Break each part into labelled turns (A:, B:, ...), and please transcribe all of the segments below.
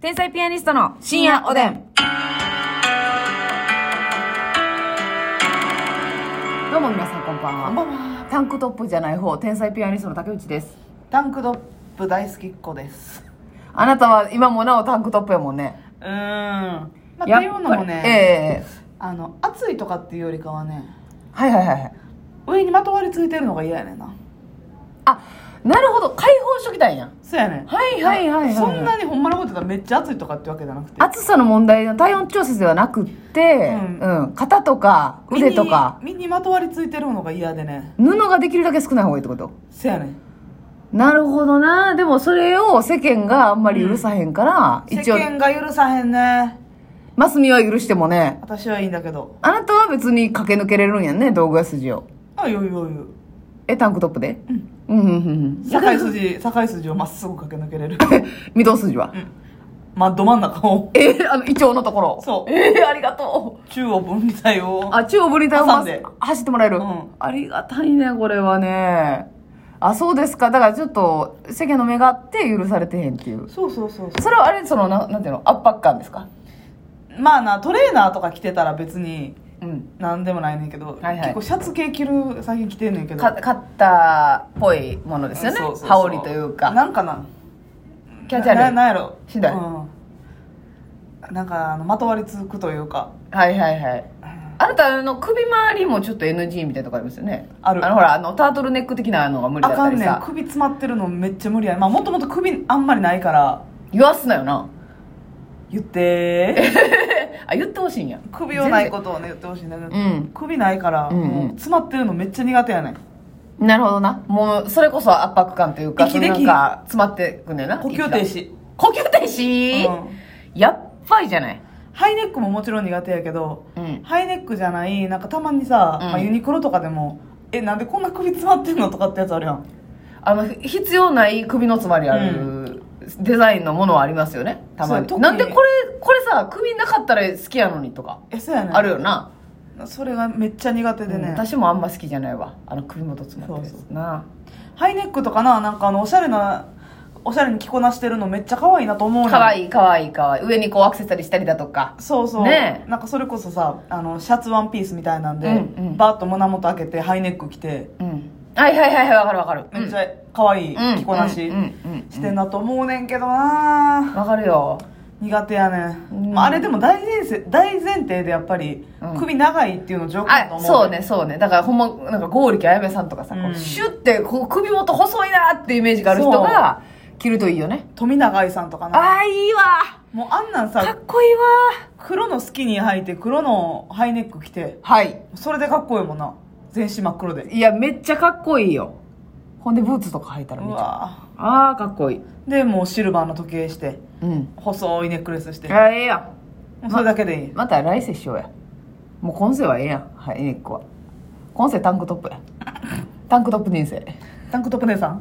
A: 天才ピアニストの深夜おでん。どうも皆さんこんばんは。タンクトップじゃない方、天才ピアニストの竹内です。
B: タンクトップ大好きっ子です
A: あなたは今もなおタンクトップやもんね。
B: うーんまあと
A: やっぱり
B: いうのもね、
A: ええ
B: あの暑いとかっていうよりかはね
A: はいはいはいはい。
B: 上にまとわりついてるのが嫌やねんな
A: あ、なるほど。解放しときたいんや。
B: そうやねん
A: はいはいはいはいはい
B: そんなにほんまのこと言ったらめっちゃ暑いとかってわけじゃなくて
A: 暑さの問題の体温調節ではなくって、
B: うん
A: うん、肩とか腕とか、
B: 身に身にまとわりついてるのが嫌でね
A: 布ができるだけ少ない方がいいってこと
B: そうやねん
A: なるほどな。でもそれを世間があんまり許さへんから、
B: 世
A: 一応、
B: 間が許さへんね
A: マスミは許してもね、
B: 私はいいんだけど
A: あなたは別に駆け抜けれるんやんね、道具や筋を。
B: あよいよいよ
A: え、タンクトップでうん。うん、うん、うん。
B: 境筋境筋をまっすぐ駆け抜けれる
A: 御堂筋は。
B: まあど真ん中を
A: えー、あの、胃腸のところ。
B: そう
A: えー、ありがとう。
B: 中央分離帯を
A: あ、中央分離帯をま
B: 挟んで
A: 走ってもらえる、
B: うん
A: ありがたいね、これはね。あ、そうですか。だからちょっと、世間の目があって許されてへんっていう。
B: そうそうそうそう
A: それはあれ、その、ななんていうの、圧迫感ですか
B: まあなトレーナーとか着てたら別に
A: うん。
B: なんでもないねんけど、
A: はいはい
B: 結構シャツ系着る最近着てんねんけど
A: か、カッターっぽいものですよね。
B: そうそうそう
A: 羽織というか。
B: なんかな
A: キャッチャー
B: な
A: で。
B: なんやろ
A: 次第
B: うん、なんかあのまとわりつくというか
A: はいはいはい。あなた、あの、首周りもちょっと NG みたいなとこありますよね。
B: ある
A: あの、ほら、あの、タートルネック的なのが無理
B: あ
A: だった
B: かん
A: り
B: ねん
A: さ。
B: 首詰まってるのめっちゃ無理やねまあもともと首あんまりないから
A: 言わすなよな。
B: 言 って
A: あ、言ってほしいんや。
B: 首をないことをね言ってほしいんだけど、
A: うん
B: 首ないから、
A: うんうん
B: もう詰まってるのめっちゃ苦手やねん
A: なるほどな。もう、それこそ圧迫感というか、
B: 息でき
A: そのなんか、詰まってくんだよな。
B: 呼吸停
A: 止。
B: 止、
A: 呼吸停止、
B: うん
A: やっばいじゃない。
B: ハイネックももちろん苦手やけど
A: うん。
B: ハイネックじゃないなんかたまにさ、
A: うん
B: まあ、ユニクロとかでもえなんでこんな首詰まってんのとかってやつあるやん
A: あの、必要ない首の詰まりある、
B: う
A: デザインのものはありますよね。たま
B: そう特
A: に。
B: に
A: なんでこれ、これさ、首なかったら好きやのにとか、
B: えそうやねん
A: あるよな。
B: それがめっちゃ苦手で
A: うん
B: ね、
A: 私もあんま好きじゃないわ。あの首元詰まってるやつ
B: そう
A: な。
B: ハイネックとかななんかあのおしゃれなおしゃれに着こなしてるのめっちゃ可愛いなと思うねん
A: かわいいかわいいかわいい。上にこうアクセサリーしたりだとか。
B: そうそう、
A: ねえ
B: なんかそれこそさあのシャツワンピースみたいなんで、
A: うんうん
B: バーッと胸元開けてハイネック着て
A: うん。はいはいはいはい、わかるわかる。
B: めっち
A: ゃ
B: ゃ可愛い着こなししてんなと思うねんけどな、
A: わかるよ。
B: 苦手やね、
A: うん
B: んまあ、あれでも大前提大前提でやっぱり
A: うん
B: 首長いっていうの条件だと
A: あ、
B: 思う、
A: そうね、そうね。だからほんま、なんか、剛力あやめさんとかさ、こ
B: う
A: うんシュって、こう、首元細いなっていうイメージがある人が、着るといいよね。
B: 富永愛さんとかな
A: ああ、いいわ
B: もうあんなん
A: か
B: さ
A: っこいいわ
B: 黒のスキニー履いて黒のハイネック着て
A: はい。
B: それでかっこいいもんな全身真っ黒で
A: いや、めっちゃかっこいいよ。ほんで、ブーツとか履いたら
B: う
A: めっちゃ。
B: わ
A: ああ、かっこいい。
B: でもうシルバーの時計して
A: うん。
B: 細いネックレスしても
A: ああ、ええやん。
B: うそれだけでいい
A: また来世しようやもう今世はええやんはいええ子は今世タンクトップ やタンクトップ人生
B: タンクトップ姉さん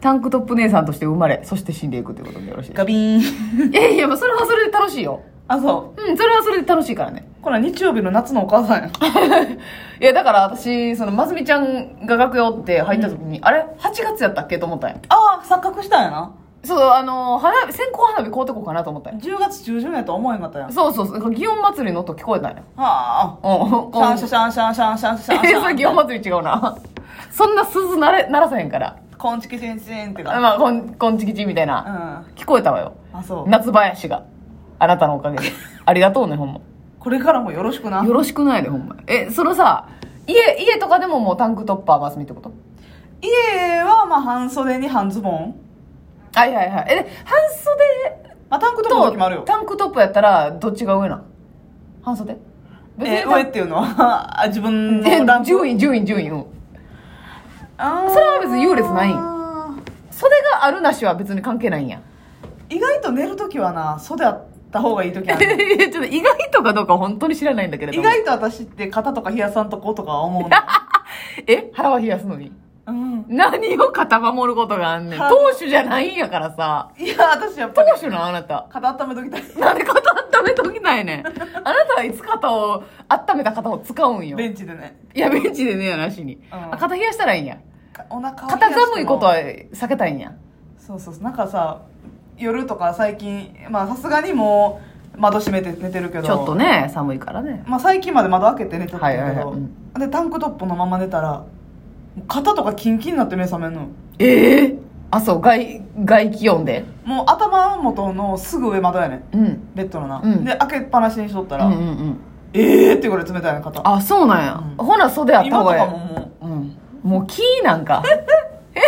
A: タンクトップ姉さんとして生まれそして死んでいくということでよろしいです
B: ガビーン
A: かいやいやもうそれはそれで楽しいよ
B: あそ
A: うんそれはそれで楽しいからね
B: うこれは日曜日の夏のお母さんや
A: いやだから私そのまずみちゃんが学校って入った時に、あれ8月やったっけと思ったんや
B: ああ錯覚したんやな
A: そうあの花火線香花火買うてこうかなと思ったんや
B: 10月中旬やとは思えんかったやんは
A: そうそうそう祇園祭りの音聞こえたんや
B: あ
A: うん
B: シャンシャンシャンシャンシャンシャ ンシャンシャン
A: えそれ祇園祭り違うなそんな鈴鳴れ鳴らさへんから
B: こんちきしんしんって
A: あ
B: か。
A: まあ、こん、こんちきちみたいな。
B: う
A: 聞こえたわよ。
B: ん。あ、そう。
A: 夏林が。あなたのおかげで。ありがとうね、ほんま。
B: これからもよろしくな
A: よ。ろしくないで、ほんま。え、そのさ、家、家とかでももうタンクトッパーマスミってこと
B: 家は、まあ、半袖に半ズボン。
A: はいはいはい。え、で半袖
B: まあ、タンクトップの
A: と
B: 時もあるよ。
A: タンクトップやったら、どっちが上なん半袖別
B: え、
A: タン
B: 上っていうのは、あ 自分
A: え
B: のランク。
A: 順位、順位、順位。うん。
B: あー
A: それは別に優劣ないん袖があるなしは別に関 係ないんや。
B: 意外と寝る時はな、袖あった方がいい時ある。
A: いやちょっと意外とかどうか本当に知らないんだけれども。
B: 意外と私って肩とか冷やさんとことかは思う の。
A: え腹は冷やすのに。
B: うん。
A: 何を肩守ることがあんねん。
B: はい
A: 当主じゃないんやからさ。
B: いや、私やっぱ
A: 当
B: り、
A: 主のあなた。
B: 肩温めときたい。
A: なんで肩温めときない ねん。あなたはいつ肩を、温めた肩を使うんよ。
B: ベンチでね。
A: いや、ベンチでねやなしに。
B: うん
A: あ肩冷やしたらいいんや。
B: お腹を冷やしても
A: 肩寒いことは避けたいんや。
B: そうそうそうなんかさ夜とか最近まあさすがにもう窓閉めて寝てるけど
A: ちょっとね寒いからね
B: まあ、最近まで窓開けて寝てたんだけど、
A: はいはいはいうん
B: でタンクトップのまま寝たらもう肩とかキンキンになって目覚めるの
A: ええあそう外外気温で
B: もう頭元のすぐ上窓やね
A: う
B: ん
A: ん
B: ベッドのな、
A: うん
B: で開けっぱなしにしとった
A: う
B: ら、
A: んうんうん
B: ええーってぐらい冷たいの肩
A: あそうなんや、
B: うん
A: ほな袖あった
B: 今
A: 方
B: と
A: が
B: か
A: や
B: もも
A: うんもうキーなん かええ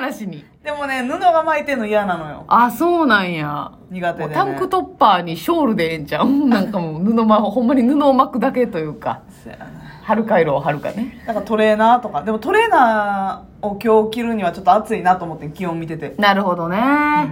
A: 話に
B: うでもね布が巻いてんの嫌なのよ
A: あそうなんや
B: 苦手
A: も
B: で、
A: う
B: ね、
A: タンクトッパーにショールでええんちゃう なんかもう布まほんまに布を巻くだけというか
B: そうやな
A: 春回路を春かね
B: なんかトレーナーとかでもトレーナーを今日着るにはちょっと暑いなと思って気温見てて
A: なるほどね、は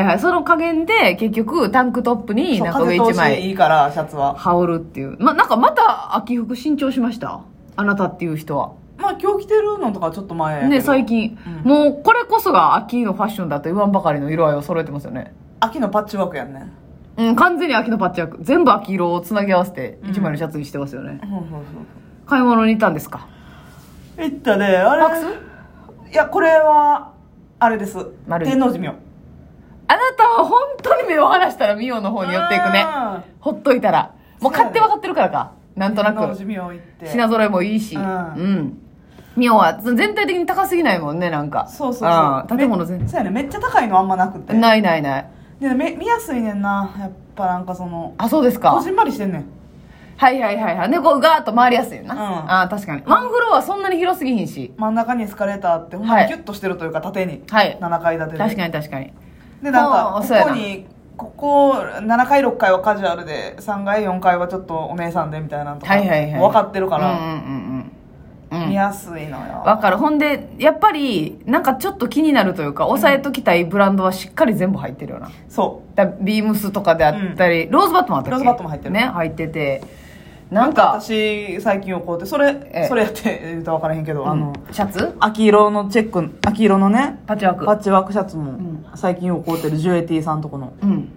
A: いはいその加減で結局タンクトップに
B: そう
A: なんか上
B: 風通
A: 一
B: し
A: 枚
B: いいからシャツは
A: 羽織るっていうまなんかまた秋服新調しましたあなたっていう人は
B: まあ今日着てるのとかちょっと前やけど
A: ね最近、
B: うん
A: もうこれこそが秋のファッションだと言わんばかりの色合いを揃えてますよね
B: 秋のパッチワークやんね
A: うん完全に秋のパッチワーク全部秋色をつなぎ合わせて一枚のシャツにしてますよね、
B: そうそう
A: 買い物に行ったんですか
B: そういったねあれ
A: ワック
B: いやこれはあれです
A: 丸い
B: 天王寺妙
A: あなたは本当に目を離したらミオの方に寄っていくねほっといたらもう買って分かってるからかなんとな
B: 天王寺
A: く
B: 妙行って
A: 品揃えもいいしう、
B: うんん
A: ミオは全体的に高すぎないもんねなんか
B: そうそう
A: あ
B: そ
A: ー
B: う
A: 建物全
B: めそうやねめっちゃ高いのあんまなくて
A: ないないない
B: でめ見やすいねんなやっぱなんかその
A: あそうですか
B: こじんまりしてんねん
A: はいはいはいはい。で、こう、ガーッと回りやすいよな。
B: うん
A: ああ、確かに。ワンフロアそんなに広すぎひんし。
B: 真ん中にエスカレーターあってほんま
A: はい
B: にギュッとしてるというか縦に
A: はい。
B: 7階建てで
A: 確かに確かに。
B: でなん
A: あ
B: か
A: ー
B: こ
A: そうやな
B: こにここ7階6階はカジュアルで3階4階はちょっとお姉さんでみたいなのとか
A: はいはいはい。
B: 分かってるから、
A: うんうんうんうん。う
B: 見
A: ん。
B: やすいのよ
A: わかる。ほんで、やっぱり、なんかちょっと気になるというか、抑えときたいブランドはしっかり全部入ってるよな。
B: そ
A: だビームスとかであったり、ローズバットもあったっけ
B: ローズバットも入ってる
A: ね、入ってて。
B: う
A: なんか、
B: 私最近こうってそれ、
A: ええ
B: それやって言うと分からへんけど、あの
A: うんシャツ
B: 秋色のチェック秋色のね
A: パッチワーク。
B: パッチワークシャツも、
A: ん
B: 最近こうってるジュエティさんとこの
A: うん。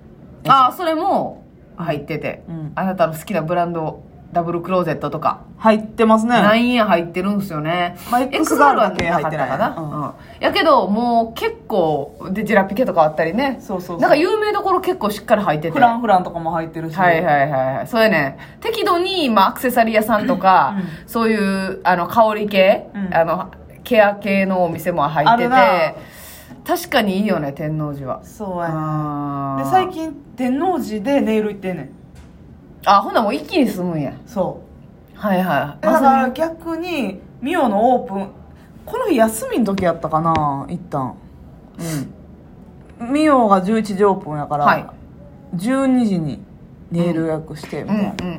A: ああ、それも入ってて、
B: うん
A: あなたの好きなブランド、ダブルクローゼットとか。
B: 入ってますね
A: 9円入ってるんですよね。
B: まあ
A: XR は
B: だ
A: ね
B: け
A: な
B: 入
A: か
B: っ
A: ってた
B: ない
A: かな。うん。やけど、もう結構、で、ジェラピケとかあったりね。
B: そうそうそう
A: なんか有名どころ結構しっかり入ってて。
B: フランフランとかも入ってるし、
A: はいはいはいはい。そうやね。適度に、まあ、アクセサリー屋さんとか、そういう、あの、香り系、
B: うん
A: あの、ケア系のお店も入って
B: ある
A: て、確かにいいよね、天王寺は。
B: そうやな
A: あ
B: で
A: ー
B: 最近天王寺でネイル行ってんねん
A: あ、ほなもう一気に住むんや。
B: そう
A: はいはい。
B: だか
A: ま
B: ら逆にミオのオープンこの日休みの時やったかな一旦
A: さにうん。
B: ミオが11時オープンやから、
A: はい
B: 12時にネイル予約して
A: う
B: みた
A: ん
B: い
A: うんう
B: な、
A: ん。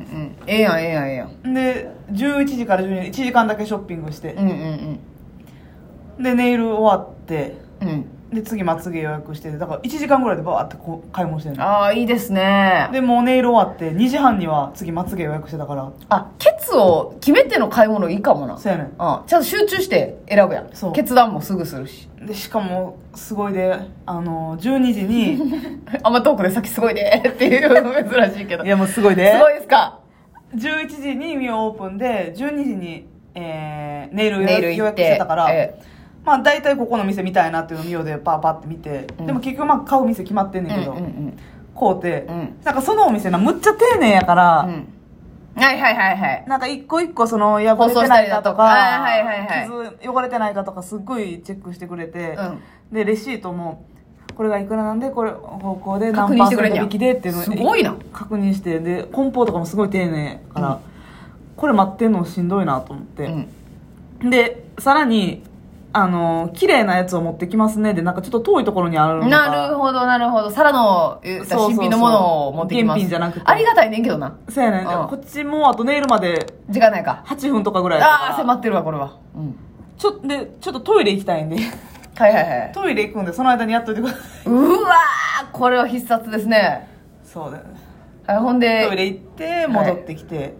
A: ええやんええやんええやん。
B: で11時から12時1時間だけショッピングして
A: う、んうん
B: でネイル終わって
A: うん。うん。
B: で次まつげ予約してだから1時間ぐらいでバーってこう買い物してんの
A: ああ、いいですね。
B: でもうネイル終わって2時半には次まつげ予約してたから
A: あ、ケツを決めての買い物いいかもな。うん。ち
B: そうやね
A: ゃんと集中して選ぶやん。
B: そう
A: 決断もすぐするし。
B: んでしかもすごいであの12時 に
A: あんま遠くで 先すごいねっていうの珍しいけど。
B: い
A: す
B: やもうすごいで
A: ごいですか
B: 11時にミオオープンで12時に、えーネイル予
A: ネイル行っ
B: 約
A: て。
B: 予約してたから、
A: え
B: まあ大体ここの店見たいなっていうのをミオでパーパーって見て、
A: うん
B: でも結局まあ買う店決まってん
A: え
B: ねんけど、
A: うんうん
B: こうて、
A: うん
B: なんかそのお店なむっちゃ丁寧やか
A: う
B: ら、
A: ん。うん。はいはいはいはい。
B: なんか一個一個その破れてないかとか、
A: 包装したりだとかはいはいは
B: 傷汚れてないかとかすっごいチェックしてくれて、
A: うん。
B: で、レシートも、これがいくらなんで、これ、方向で
A: 確
B: 何
A: 認
B: パ
A: して
B: ー
A: く
B: セ
A: れん
B: ン
A: ね
B: ト
A: や
B: 引きでっていうのを
A: すごいな
B: 確認して、で、梱包とかもすごい丁寧やから、これ待ってんのしんどいなと思っ
A: う
B: て。
A: ん。
B: で、さらに、あの、綺麗なやつを持ってきますねで、なんかちょっと遠いところにあるのが
A: なるほどなるほど。さらの言った
B: そうそうそう
A: 新品のものを持ってきます。
B: 現品じゃなくて
A: ありがたいねんけどな。
B: そうやねん。
A: うん
B: こっちもあとネイルまで
A: 時間ないか。
B: 8分とかぐらいやったから
A: ああ、迫ってるわ、これは。うん。
B: ちょ、で、ちょっとトイレ行きたいんで。
A: はいはいはい。
B: トイレ行くんで、その間にやっといてください。
A: うわーこれは必殺ですね。
B: そうだよね。
A: はい、ほんで。
B: トイレ行って戻ってきて、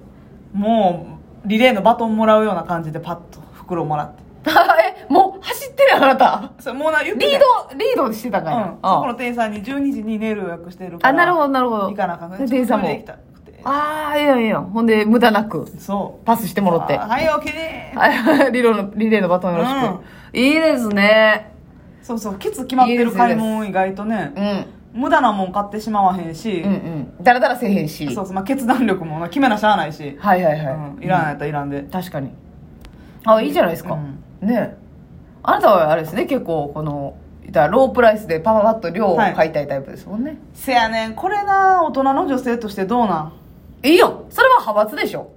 B: もうリレーのバトンもらうような感じでパッと袋もらって
A: え、もう走ってるやんあなた。
B: それもうな言って
A: リ
B: た
A: ー
B: やん
A: ド、リードしてたんかい
B: うん、
A: な
B: そ。こ
A: あ
B: の店員さんに12時にネイル予約してるか
A: あ、
B: ら
A: なるほど、なるほど。
B: 行かなあかん
A: で
B: から
A: 店員さん
B: ちょっ
A: も
B: と。トイレ行きたく
A: ああ、いいよいいよ。ほんで、無駄なく、
B: てそう
A: パスしてもろって
B: あ。はいおきに
A: はい リロの、リレーのバトンよろしく。いいですね。
B: そうそうケツ決まって
A: いいで
B: る
A: すいいです
B: 買い物意外とね
A: うん。
B: 無駄なもん買ってしまわへんし、
A: うんうんだらだらせえへんし
B: そうそう、まあ、決断力もな決めなしゃあないし、
A: はいはいはい、
B: うん、いらんやったらいらんで、
A: 確かにあいいじゃないですか、
B: うん
A: ねえあなたはあれですね結構このいったらロープライスでパパパッと量を買いたいタイプですもんね、
B: せやねんこれな大人の女性としてどうなん
A: い、いよそれは派閥でしょ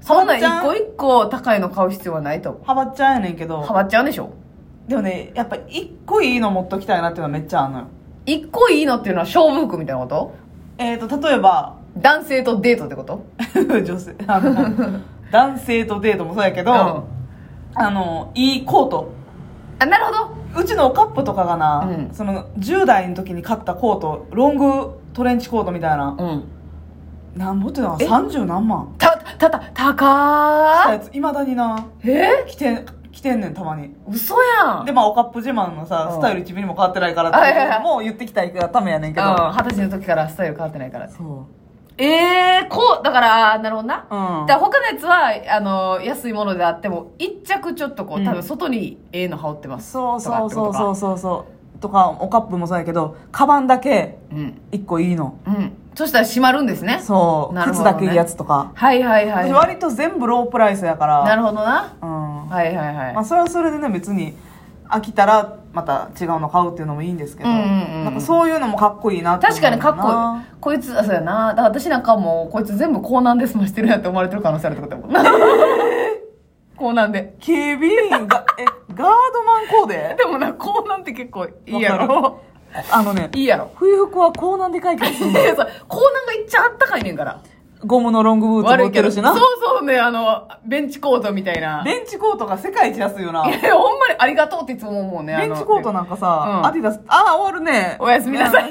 A: そんな
B: 派閥ちゃ
A: 一
B: ん
A: 個一個高いの買う必要はないと思う
B: ハマっちゃうやねんけ
A: 派
B: ど
A: 閥ちゃうでしょ
B: でもねやっぱ一個いいの持っときたいなっていうのはめっちゃあんのよ
A: 一個いいのっていうのは勝負服みたいなこと
B: えっ、と例えば
A: 男性とデートってこと
B: 女性 あの男性とデートもそうやけど、
A: ん
B: あのいいコート
A: あなるほど
B: うちのカップとかがな、
A: うん
B: その10代の時に買ったコートロングトレンチコートみたいな、
A: うん
B: なんぼってな
A: え
B: 30何万
A: たたた
B: したや
A: 高
B: ついまだにな
A: ーえ
B: 着てん着てんねんたまに
A: 嘘やん
B: でまあおカップ自慢のさ
A: うん
B: スタイル一ミリも変わってないから
A: はいはい
B: っ
A: はい
B: てもう言ってきたいがためやねんけ
A: うん
B: ど
A: 二十歳の時からスタイル変わってないから
B: そ
A: ええー、こうだからあーなるほどな、
B: ううん
A: だから他のやつはあの安いものであっても一着ちょっとこう
B: うん
A: 多分外にええの羽織ってます、
B: そうそ
A: とかっ
B: うそう
A: てこと
B: そう
A: か
B: そうそうとかおカップもそうやけどカバンだけ
A: うん
B: 一個いいの
A: うんそしたら閉まるんですね
B: そう、
A: なるほ
B: 靴
A: どね
B: だけいいやつとか、
A: はいはいはい
B: 私割と全部ロープライスやから
A: なるほどな
B: うん
A: はいはいはい、
B: まあ、それはそれでね別に飽きたらまた違うの買うっていうのもいいんですけど、
A: うんうんうん
B: なんかそういうのもかっこいいなって思
A: 確
B: う
A: かにかっこ
B: ない
A: いこいつあそうやなだから私なんかもうこいつ全部こうなんで済ましてるやんって思われてる可能性あるってことやもんな、こう なんで
B: 警備員がえガードマンコーデ
A: でもなこうなんて結構いいやろ
B: あのね
A: いいやろ
B: 冬服は高難で解決する
A: い
B: の
A: や そうこうなんがいっちゃあったかいねんから
B: ゴムのロングブーツも売ってるしな
A: そうそうね、あの、ベンチコートみたいな。
B: ベンチコートが世界一安いよない
A: や、 ほんまにありがとうっていつも思うね。あ
B: ベ
A: の
B: ンチコートなんかさ、
A: うん
B: アディダスああ終わるね
A: おやすみなさい。ア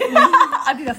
A: ディダス。